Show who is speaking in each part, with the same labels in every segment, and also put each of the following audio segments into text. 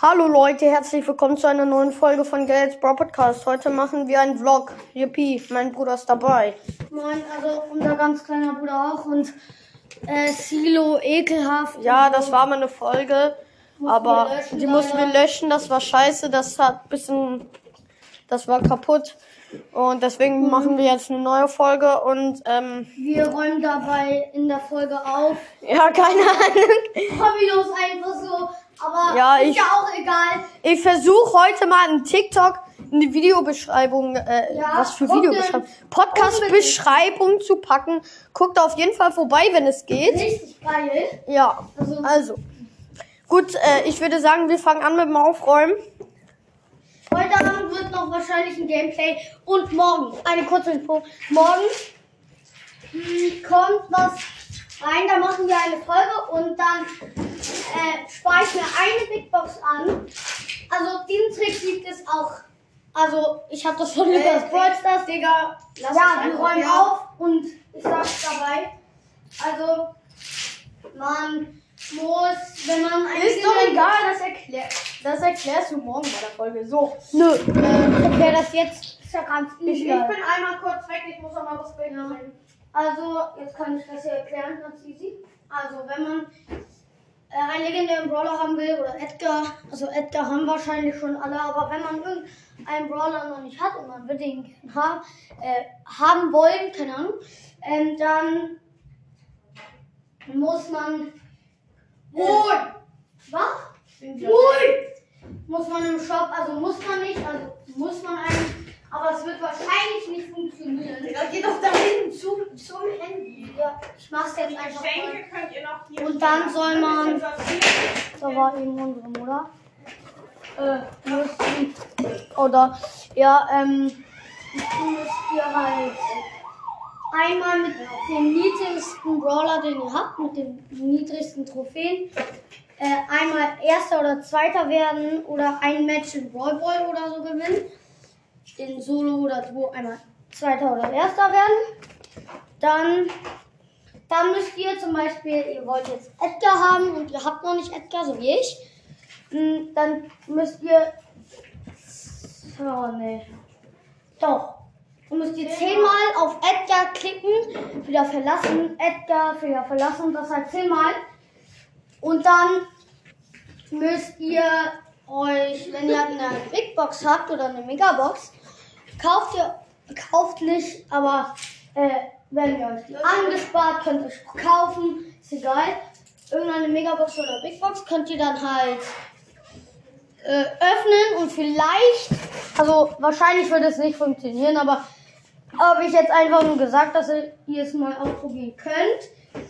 Speaker 1: Hallo Leute, herzlich willkommen zu einer neuen Folge von Gels Bro Podcast. Heute machen wir einen Vlog. Yippie, mein Bruder ist dabei.
Speaker 2: Moin, also unser ganz kleiner Bruder auch und äh, Silo ekelhaft.
Speaker 1: Ja, das war mal eine Folge, aber
Speaker 2: wir löschen,
Speaker 1: die mussten wir löschen. Das war scheiße, das hat ein bisschen, das war kaputt. Und deswegen
Speaker 2: Mhm.
Speaker 1: machen wir jetzt eine neue Folge und, ähm,
Speaker 2: Wir räumen dabei in der Folge auf.
Speaker 1: ja, keine Ahnung.
Speaker 2: Hobbylos einfach so, aber
Speaker 1: Ja,
Speaker 2: ist
Speaker 1: ich-
Speaker 2: ja auch egal.
Speaker 1: Ich versuche heute mal einen TikTok in die Videobeschreibung, äh,
Speaker 2: Ja,
Speaker 1: was für
Speaker 2: gucken.
Speaker 1: Videobeschreibung, Podcast-Beschreibung zu packen. Guckt auf jeden Fall vorbei, wenn es geht.
Speaker 2: Richtig geil.
Speaker 1: Ja,
Speaker 2: Also-
Speaker 1: also. Gut, äh, ich würde sagen, wir fangen an mit dem Aufräumen.
Speaker 2: Heute Abend wird noch wahrscheinlich ein Gameplay und morgen, eine kurze Info, morgen hm, kommt was rein, da machen wir eine Folge und dann äh, spare ich mir eine Big Box an. Also diesen Trick gibt es auch. Also ich habe das von
Speaker 1: Äh,
Speaker 2: Lukas Bolsters, Digga.
Speaker 3: Äh, Lass
Speaker 2: ja,
Speaker 3: es
Speaker 2: wir
Speaker 3: einfach,
Speaker 2: räumen
Speaker 3: ja.
Speaker 2: auf und ich sag's dabei. Also man muss, wenn man ein
Speaker 3: Ist doch
Speaker 2: bisschen-
Speaker 3: egal, das, erklär, das erklärst du morgen bei der Folge. So,
Speaker 1: Nö.
Speaker 2: Okay, das jetzt ist ja ganz
Speaker 3: ich, ich bin
Speaker 2: egal.
Speaker 3: einmal kurz weg, ich muss nochmal was bringen.
Speaker 2: Also, jetzt kann ich das hier erklären, ganz easy. Also, wenn man äh, einen legendären Brawler haben will, oder Edgar, also Edgar haben wahrscheinlich schon alle, aber wenn man irgendeinen Brawler noch nicht hat und man will den gerne haben, äh, haben wollen, keine Ahnung, ähm, dann muss man.
Speaker 3: Ruhe!
Speaker 2: Was?
Speaker 3: Ruhe!
Speaker 2: muss man im Shop, also muss man nicht, also muss man eigentlich, aber es wird wahrscheinlich nicht funktionieren.
Speaker 3: Digga, geh doch da hinten zu, zum Handy.
Speaker 2: Ja, ich mach's jetzt
Speaker 3: Die
Speaker 2: einfach mal.
Speaker 3: Geschenke könnt ihr noch hier.
Speaker 2: Und dann soll man-
Speaker 3: Äh,
Speaker 2: Da war eben unsere Mutter. Muss sie- Oder, ja, ähm, du müsst ihr halt einmal mit dem niedrigsten Brawler, den ihr habt, mit den niedrigsten Trophäen, äh, einmal Erster oder Zweiter werden oder ein Match in Brawl Ball oder so gewinnen. in Solo oder Duo einmal Zweiter oder Erster werden. Dann, dann müsst ihr zum Beispiel, ihr wollt jetzt Edgar haben und ihr habt noch nicht Edgar, so wie ich. Mm, Dann müsst ihr. Oh nee. Doch. Dann müsst ihr zehnmal auf Edgar klicken, wieder verlassen, Edgar, wieder verlassen, das halt zehnmal. Und dann müsst ihr euch, wenn ihr eine Big Box habt oder eine Megabox, kauft ihr, kauft nicht, aber äh, wenn ihr euch die angespart, könnt ihr euch kaufen, ist egal. Irgendeine Megabox oder Big Box könnt ihr dann halt äh, öffnen und vielleicht, also wahrscheinlich wird es nicht funktionieren, aber habe ich jetzt einfach nur gesagt, dass ihr ihr es mal ausprobieren könnt.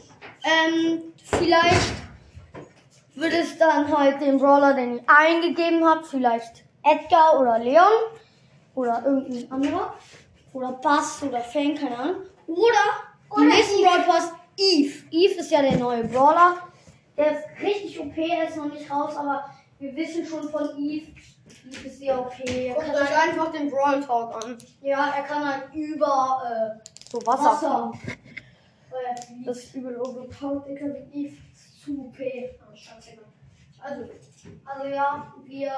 Speaker 2: Ähm, vielleicht wird es dann halt den Brawler, den ihr eingegeben habt, vielleicht Edgar oder Leon oder irgendein anderer oder Bass oder Fang, keine Ahnung. Oder die nächsten Brawl Pass Eve. Eve ist ja der neue Brawler. Der ist richtig OP, der ist noch nicht raus, aber wir wissen schon von Eve. Eve ist sehr OP. Er
Speaker 1: Guckt
Speaker 2: kann
Speaker 1: euch
Speaker 2: halt,
Speaker 1: einfach den Brawl Talk an.
Speaker 2: ja, er kann halt über
Speaker 1: So
Speaker 2: äh,
Speaker 1: Wasser.
Speaker 2: Wasser. Äh,
Speaker 1: Das ist übel unbekannt.
Speaker 2: Paul Dicker mit Eve ist zu OP. Also, also ja, wir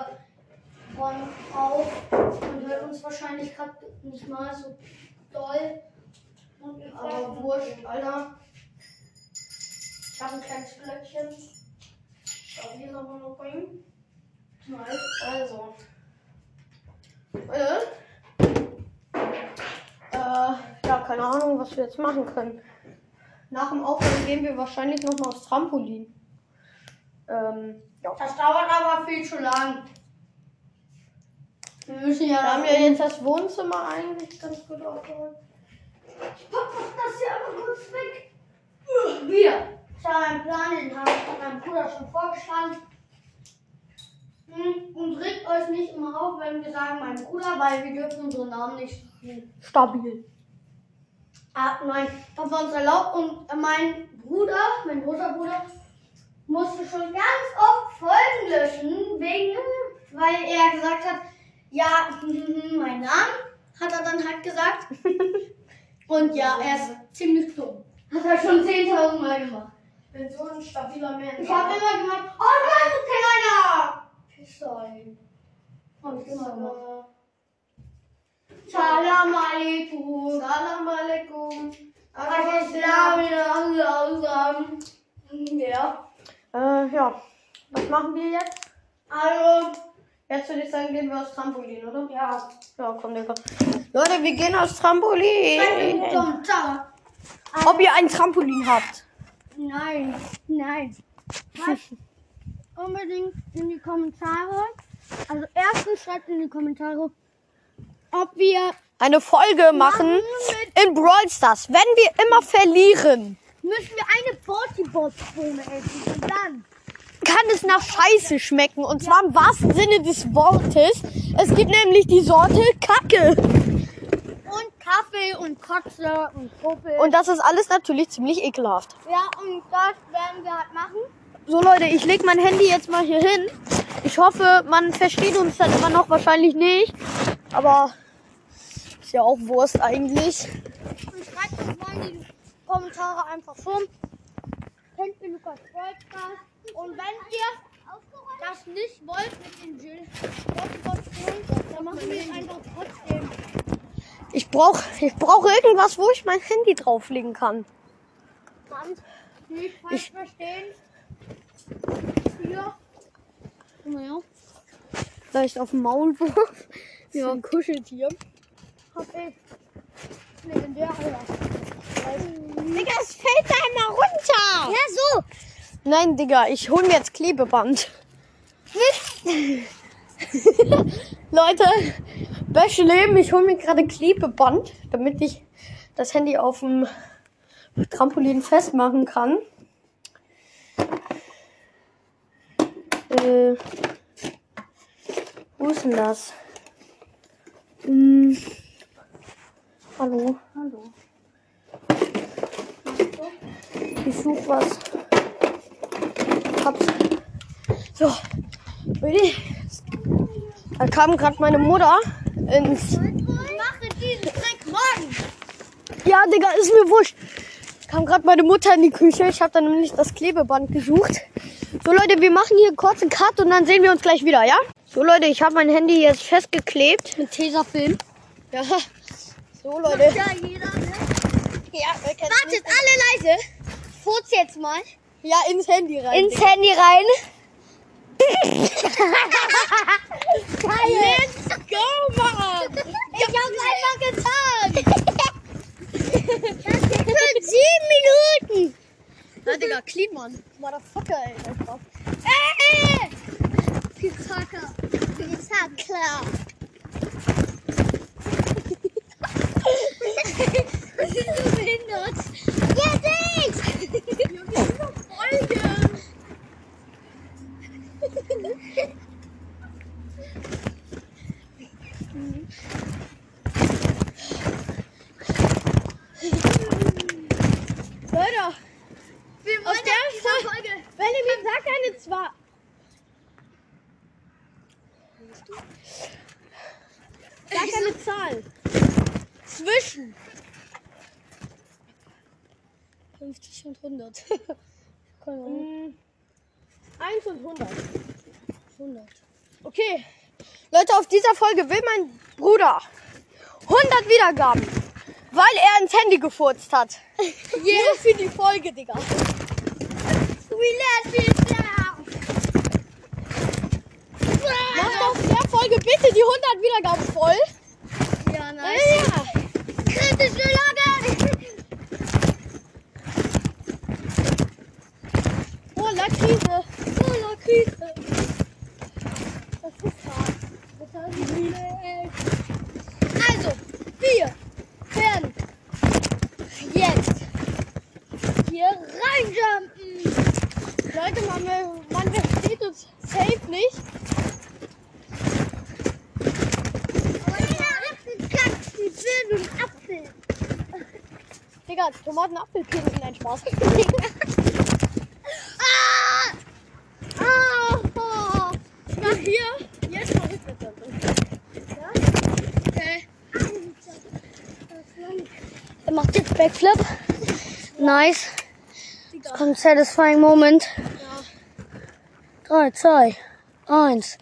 Speaker 2: räumen auf und hören uns wahrscheinlich gerade nicht mal so doll. Und wir
Speaker 3: Aber
Speaker 2: fragen-
Speaker 3: wurscht, Alter. Ich habe ein kleines Blöckchen. Darf ich hier nochmal noch bringen? Nein. Also. Äh,
Speaker 1: Äh, ja, keine Ahnung, was wir jetzt machen können. Nach dem Aufräumen gehen wir wahrscheinlich noch mal aufs Trampolin. Ähm, ja.
Speaker 3: das dauert aber viel zu lang.
Speaker 1: Wir müssen ja, haben ja
Speaker 2: Ähm.
Speaker 1: jetzt das Wohnzimmer eigentlich ganz gut aufgeräumt.
Speaker 2: Ich pack doch das hier einfach kurz weg.
Speaker 3: Wir.
Speaker 2: Ich habe einen Plan, den habe ich meinem Bruder schon vorgeschlagen. Hm, Und regt euch nicht immer auf, wenn wir sagen, mein Bruder, weil wir dürfen unseren Namen nicht sagen.
Speaker 1: Stabil.
Speaker 2: Ah, nein, Papa uns erlaubt und äh, mein Bruder, mein großer Bruder, musste schon ganz oft Folgen löschen, wegen, weil er gesagt hat, ja, mein Name, hat er dann halt gesagt. Und ja, er ist ziemlich dumm. Hat er schon 10.000 Mal gemacht.
Speaker 3: Ich bin so ein stabiler Mensch.
Speaker 2: Ich habe immer gemacht, oh nein, kein einer! sein.
Speaker 3: Hab ich immer gemacht.
Speaker 2: Salam alaikum.
Speaker 3: Salam alaikum.
Speaker 2: Was ist langsam, langsam? Ja.
Speaker 1: Äh, ja. Was machen wir jetzt?
Speaker 2: Also,
Speaker 1: Jetzt würde ich sagen, gehen wir aufs Trampolin, oder?
Speaker 2: ja.
Speaker 1: Ja, komm, Digga. Leute, wir gehen aufs Trampolin.
Speaker 2: Zum Tag.
Speaker 1: Ob ihr ein Trampolin habt?
Speaker 2: Nein, nein. Was? Unbedingt in die Kommentare. Also erstens schreibt in die Kommentare, ob wir
Speaker 1: Eine Folge machen in Brawl Stars, wenn wir immer verlieren.
Speaker 2: müssen wir eine Forty-Box-Bohne essen und dann
Speaker 1: kann es nach Scheiße schmecken. Und zwar im wahrsten Sinne des Wortes. Es gibt nämlich die Sorte Kacke.
Speaker 2: und Kaffee und Kotze und Kuppel.
Speaker 1: Und das ist alles natürlich ziemlich ekelhaft.
Speaker 2: ja, und das werden wir halt machen.
Speaker 1: So Leute, ich leg mein Handy jetzt mal hier hin. Ich hoffe, man versteht uns dann immer noch wahrscheinlich nicht. Aber ist ja auch Wurst eigentlich.
Speaker 2: Und schreibt uns mal in die Kommentare einfach schon. Kennt ihr Lukas Podcast? Und wenn ihr das nicht wollt mit den Jill, dann machen wir es einfach trotzdem.
Speaker 1: Ich brauch, ich brauch irgendwas, wo ich mein Handy drauflegen kann.
Speaker 2: Ganz nicht falsch verstehen. Hier. Guck mal, ja.
Speaker 1: Vielleicht auf dem Maulwurf. Ja, ein Kuscheltier.
Speaker 2: Hab ich. Legendär, Alter.
Speaker 1: Digga, es fällt da immer runter.
Speaker 2: Ja, so.
Speaker 1: Nein, Digga, ich hol mir jetzt Klebeband. Leute, beste Leben, ich hole mir gerade Klebeband, damit ich das Handy auf dem Trampolin festmachen kann. Äh, wo ist denn das? Hm, hallo.
Speaker 2: Hallo.
Speaker 1: Ich suche was. Hab's. So. Ready? Da kam gerade meine Mutter ins.
Speaker 2: Mache diesen Trick morgen.
Speaker 1: Ja, Digga, ist mir wurscht. Kam gerade meine Mutter in die Küche. Ich habe dann nämlich das Klebeband gesucht. So Leute, wir machen hier einen kurzen Cut und dann sehen wir uns gleich wieder, ja? So Leute, ich habe mein Handy jetzt festgeklebt.
Speaker 2: Mit Tesafilm.
Speaker 1: Ja. So Leute.
Speaker 2: Ja, jeder, ne?
Speaker 1: Ja, wer kennt's
Speaker 2: Wartet,
Speaker 1: nicht?
Speaker 2: alle leise. Ich furz jetzt mal.
Speaker 1: Ja, ins Handy rein.
Speaker 2: Ins Handy rein. Let's go, Mom. Ich hab's einfach getan. Das sind schon sieben Minuten.
Speaker 1: Digga. Ja, Digga, clean, Mann. Motherfucker, ey. einfach.
Speaker 2: Äh, äh. Pizzacka. Pizzacka. Das ist so behindert. Jetzt ich! Folge.
Speaker 1: Leute,
Speaker 2: Wir wollen
Speaker 1: Auf der
Speaker 2: dieser Folge.
Speaker 1: wenn ihr mir sagt, eine zwei. Sag eine Zahl. Zwischen 50 und 100.
Speaker 2: Keine Ahnung.
Speaker 1: 1 und 100.
Speaker 2: 100.
Speaker 1: Okay. Leute, auf dieser Folge will mein Bruder 100 Wiedergaben, weil er ins Handy gefurzt hat. Nur für die Folge, Digga.
Speaker 2: We let it down.
Speaker 1: Macht auf der Folge bitte die 100 Wiedergaben voll.
Speaker 2: Ja,
Speaker 1: Ja.
Speaker 2: Kritische Lage.
Speaker 1: Oh, La Krise.
Speaker 2: Oh, la Krise. Das ist hart. Das hat die Mühle, ey. Also, wir werden jetzt hier reinjumpen.
Speaker 1: Leute, man, man versteht uns safe nicht.
Speaker 2: Aber jeder Apfelkatz, die will nun Apfel.
Speaker 1: Digga, Tomaten, Apfelpirne sind ein Spaß.
Speaker 2: Ah! Ah! Oh!
Speaker 1: Mach hier. Jetzt mal rückwärts.
Speaker 2: Okay.
Speaker 1: Er macht jetzt Backflip. Nice. Jetzt kommt satisfying Moment. 3, 2, eins,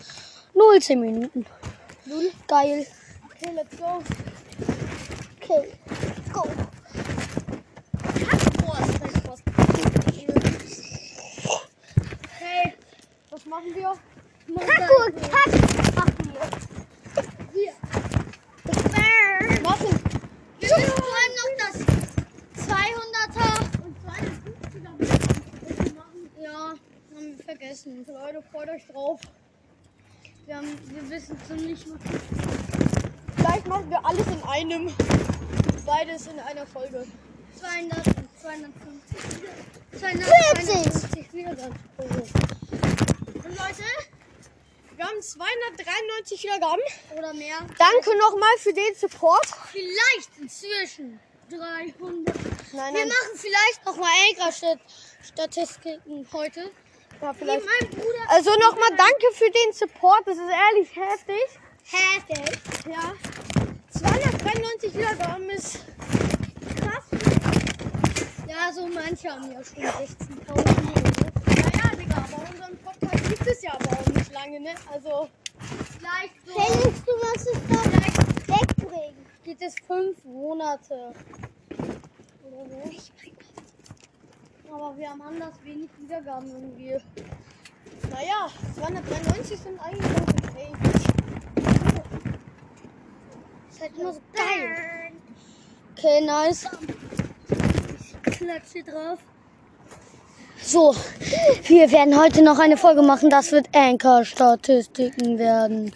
Speaker 1: null, zehn Minuten.
Speaker 2: Null.
Speaker 1: Geil.
Speaker 2: Hm, Okay, let's go.
Speaker 1: Okay, let's go.
Speaker 2: Okay, was machen wir?
Speaker 1: Kaku, kaku.
Speaker 2: Martin, wir schreiben noch das 200er und 250er. Was wir machen. Ja, haben wir vergessen. Leute, freut euch drauf. Wir, haben, wir wissen ziemlich was.
Speaker 1: Gleich machen wir alles in einem. Beides in einer Folge.
Speaker 2: 200 und 250.
Speaker 1: 40.
Speaker 2: 250 Wiedergaben. Und Leute,
Speaker 1: Wir haben 293 Wiedergaben.
Speaker 2: oder mehr,
Speaker 1: Danke nochmal für den Support.
Speaker 2: vielleicht inzwischen 300.
Speaker 1: Nein,
Speaker 2: Wir machen vielleicht nochmal extra Stat- Statistiken heute.
Speaker 1: Ja,
Speaker 2: Wie
Speaker 1: vielleicht.
Speaker 2: mein Bruder
Speaker 1: Also nochmal danke für den Support. Das ist ehrlich heftig.
Speaker 2: Heftig.
Speaker 1: Ja. 293 Wiedergaben ist
Speaker 2: Ja, so manche haben ja schon 16.000.
Speaker 1: Naja, Digga, aber unseren Podcast gibt es ja aber auch nicht lange, ne? Also
Speaker 2: Vielleicht so.
Speaker 1: Felix, du musst es doch wegbringen.
Speaker 2: Geht es fünf Monate. Oder so. Aber wir haben anders wenig Wiedergaben irgendwie.
Speaker 1: Naja, 293 sind eigentlich ganz okay.
Speaker 2: Ist halt immer so geil. Okay, nice. Klatsche drauf.
Speaker 1: So, wir werden heute noch eine Folge machen. Das wird Anchor-Statistiken werden.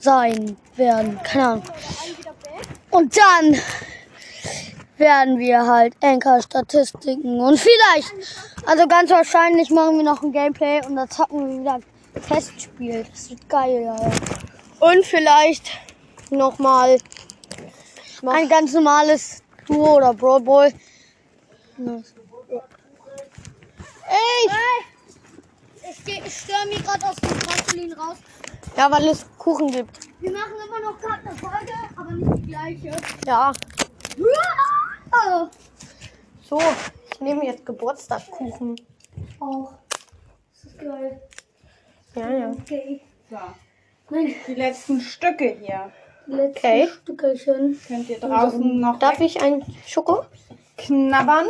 Speaker 1: Sein werden. Keine Ahnung. Und dann werden wir halt Anchor-Statistiken und vielleicht, also ganz wahrscheinlich machen wir noch ein Gameplay und dann zocken wir wieder ein Testspiel. Das wird geil, Alter. Und vielleicht nochmal ein ganz normales Duo oder Brawl Ball. Ey!
Speaker 2: Ich, geh- ich störe mich gerade aus dem Trampolin raus.
Speaker 1: Ja, weil es Kuchen gibt.
Speaker 2: Wir machen immer noch gerade eine Folge, aber nicht die gleiche.
Speaker 1: Ja.
Speaker 2: Oh.
Speaker 1: So, ich nehme jetzt Geburtstagskuchen.
Speaker 2: Auch. Das ist geil.
Speaker 1: Ja, ja.
Speaker 2: Okay.
Speaker 3: So,
Speaker 2: Meine
Speaker 3: die letzten Stücke hier
Speaker 2: letzten
Speaker 1: Okay.
Speaker 2: Stückelchen.
Speaker 3: könnt ihr draußen noch
Speaker 1: Darf ich ein Schoko?
Speaker 3: knabbern.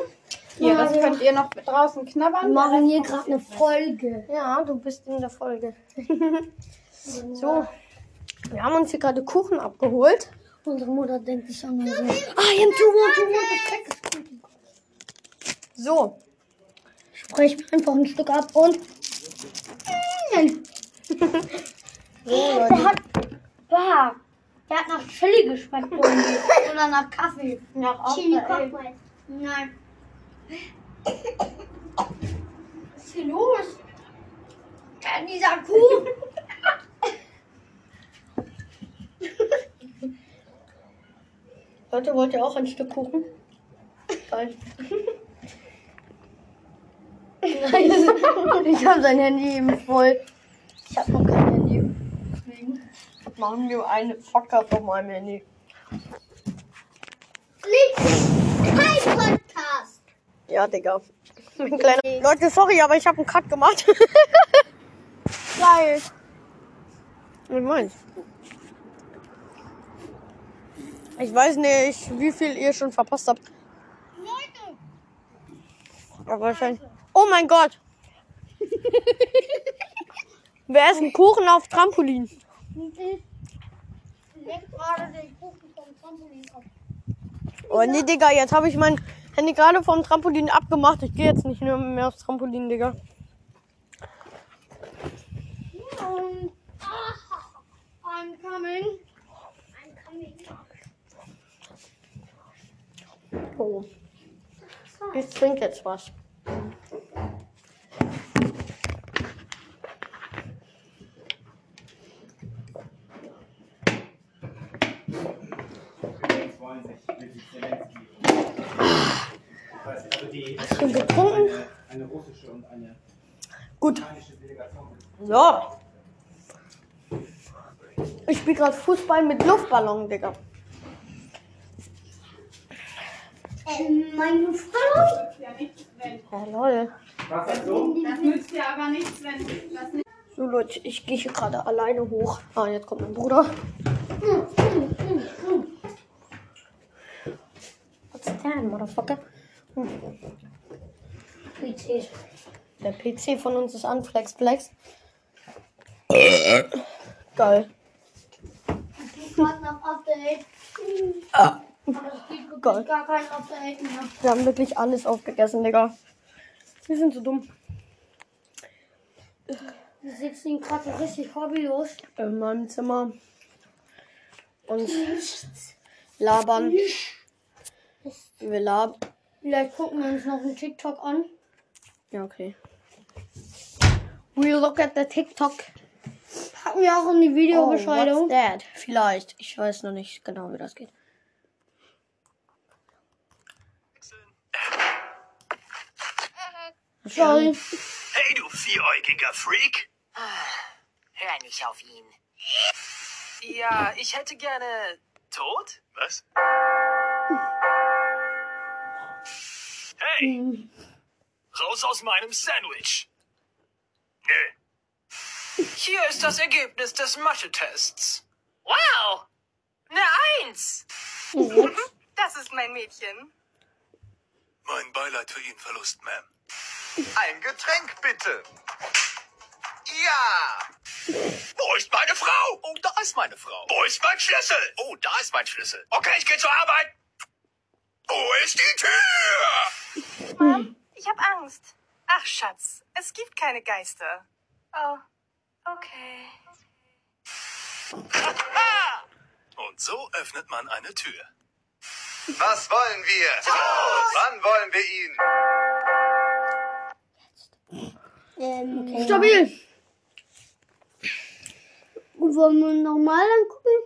Speaker 3: Hier, das
Speaker 2: Mario.
Speaker 3: könnt ihr noch draußen
Speaker 2: Wir
Speaker 3: knabbern.
Speaker 2: machen hier gerade eine Folge.
Speaker 1: Ja, du bist in der Folge. so, wir haben uns hier gerade Kuchen abgeholt.
Speaker 2: Unsere Mutter denkt sich an so.
Speaker 1: Ah, hier im Turbo, Turbo. So,
Speaker 2: Brech mir einfach ein Stück ab und.
Speaker 1: so Leute.
Speaker 2: Der hat. Bah, der hat nach Chili geschmeckt irgendwie. Oder nach Kaffee.
Speaker 1: Nach
Speaker 2: Chili
Speaker 1: Aufgabe.
Speaker 2: Cocktail. Nein.
Speaker 3: Was ist hier los?
Speaker 2: Ja, dieser Kuh.
Speaker 1: Leute, wollt ihr auch ein Stück Kuchen? Nein. Nein, ich habe sein Handy eben voll. Ich habe noch kein Handy. Deswegen machen wir eine Fucker von meinem Handy.
Speaker 2: Kein Podcast.
Speaker 1: Ja, Digga. Mein kleiner Leute, sorry, aber ich habe einen Cut gemacht. Geil. Ich mein's. Ich weiß nicht, wie viel ihr schon verpasst habt.
Speaker 2: Leute.
Speaker 1: Aber wahrscheinlich. Oh mein Gott! Wer ist ein Kuchen auf Trampolin?
Speaker 2: Ich leck gerade den Kuchen vom Trampolin ab.
Speaker 1: Oh nee, Digga, jetzt habe ich mein Handy gerade vom Trampolin abgemacht. Ich gehe jetzt nicht nur mehr aufs Trampolin, Digga.
Speaker 2: Und. Ah, I'm coming. I'm coming.
Speaker 1: Oh. Ich trinke jetzt was.
Speaker 4: Das heißt, also die,
Speaker 1: Schon getrunken?
Speaker 4: eine, eine russische und eine
Speaker 1: Gut.
Speaker 4: ukrainische Delegation ist.
Speaker 1: So. Ich spiele gerade Fußball mit Luftballon, Digga.
Speaker 2: Ähm, meine Frau.
Speaker 3: Das nützt ja nichts, wenn.
Speaker 1: Ja, lol.
Speaker 4: Was ist so?
Speaker 3: Das nützt ja aber nichts, wenn. Das
Speaker 1: So Leute, ich gehe hier gerade alleine hoch. Ah, jetzt kommt mein Bruder. What's that, Motherfucker?
Speaker 2: PC.
Speaker 1: Der PC von uns ist an, Flex Flex. Geil.
Speaker 2: Ich warte nach Update.
Speaker 1: Ah.
Speaker 2: Aber es gibt wirklich
Speaker 1: Geil.
Speaker 2: gar kein Update mehr.
Speaker 1: Wir haben wirklich alles aufgegessen, Digga. Wir sind so dumm.
Speaker 2: Wir sitzen gerade so richtig hobbylos.
Speaker 1: äh, in meinem Zimmer und labern. Wir labern.
Speaker 2: Vielleicht gucken wir uns noch einen TikTok an.
Speaker 1: Ja, okay. We look at the TikTok.
Speaker 2: Packen wir auch in die
Speaker 1: Oh, what's
Speaker 2: Videobeschreibung.
Speaker 1: that? Vielleicht. Ich weiß noch nicht genau, wie das geht.
Speaker 2: Sorry.
Speaker 5: Hey, du vieräugiger Freak!
Speaker 6: Hör nicht auf ihn. Ja, ich hätte gerne
Speaker 5: Tot? Was? Hey! Raus aus meinem Sandwich! Nö.
Speaker 6: Hier ist das Ergebnis des Mathe-Tests. Wow! Eine Eins! Das ist mein Mädchen.
Speaker 5: Mein Beileid für Ihren Verlust, Ma'am.
Speaker 7: Ein Getränk bitte. Ja.
Speaker 5: Wo ist meine Frau? Oh, da ist meine Frau. Wo ist mein Schlüssel? Oh, da ist mein Schlüssel. Okay, ich gehe zur Arbeit. Wo ist die Tür?
Speaker 8: Mom, ich habe Angst. Ach, Schatz, es gibt keine Geister. Oh, okay.
Speaker 5: Und so öffnet man eine Tür.
Speaker 7: Was wollen wir? Wann wollen wir ihn?
Speaker 2: Ähm,
Speaker 1: Stabil!
Speaker 2: Gut, wollen wir nochmal angucken?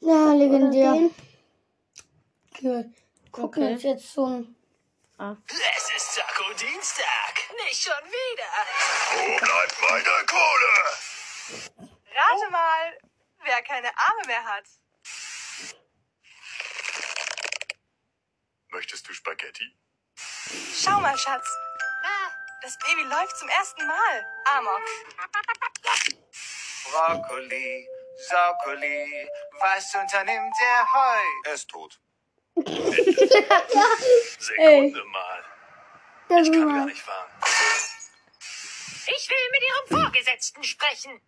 Speaker 2: Ja, legendär. Okay. Gucken
Speaker 1: Okay.
Speaker 2: uns jetzt so ein.
Speaker 5: Es ist Taco Dienstag. Nicht schon wieder. Wo bleibt meine Kohle?
Speaker 8: Rate mal, wer keine Arme mehr hat.
Speaker 5: Möchtest du Spaghetti?
Speaker 8: Schau mal, Schatz. Ah, Das Baby läuft zum ersten Mal. Amok.
Speaker 7: Brokkoli, Saukoli, was unternimmt der Heu? Er ist tot.
Speaker 5: Sekunde mal.
Speaker 2: Das
Speaker 5: Ich kann gar nicht fahren.
Speaker 6: Ich will mit ihrem Vorgesetzten sprechen.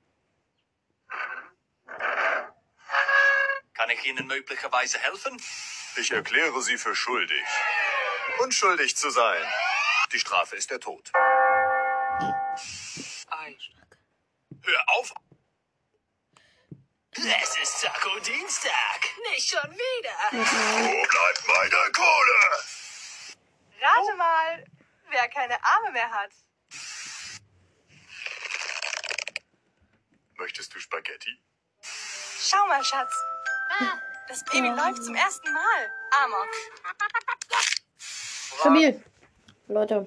Speaker 5: Kann ich Ihnen möglicherweise helfen?
Speaker 7: Ich erkläre Sie für schuldig. Unschuldig zu sein. Die Strafe ist der Tod.
Speaker 5: Hör auf. Es ist Taco Dienstag.
Speaker 6: Nicht schon wieder.
Speaker 5: Wo bleibt meine Kohle?
Speaker 8: Rate mal, wer keine Arme mehr hat.
Speaker 5: Möchtest du Spaghetti?
Speaker 8: Schau mal, Schatz. Ah, Das Baby läuft zum ersten Mal. Amok.
Speaker 1: Stabil! Leute.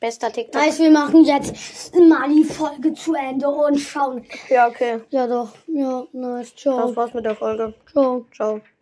Speaker 1: Bester TikTok.
Speaker 2: Nice, wir machen jetzt mal die Folge zu Ende und schauen.
Speaker 1: Ja, okay.
Speaker 2: Ja, doch. Ja, nice. Ciao.
Speaker 1: Das war's mit der Folge.
Speaker 2: Ciao.
Speaker 1: Ciao.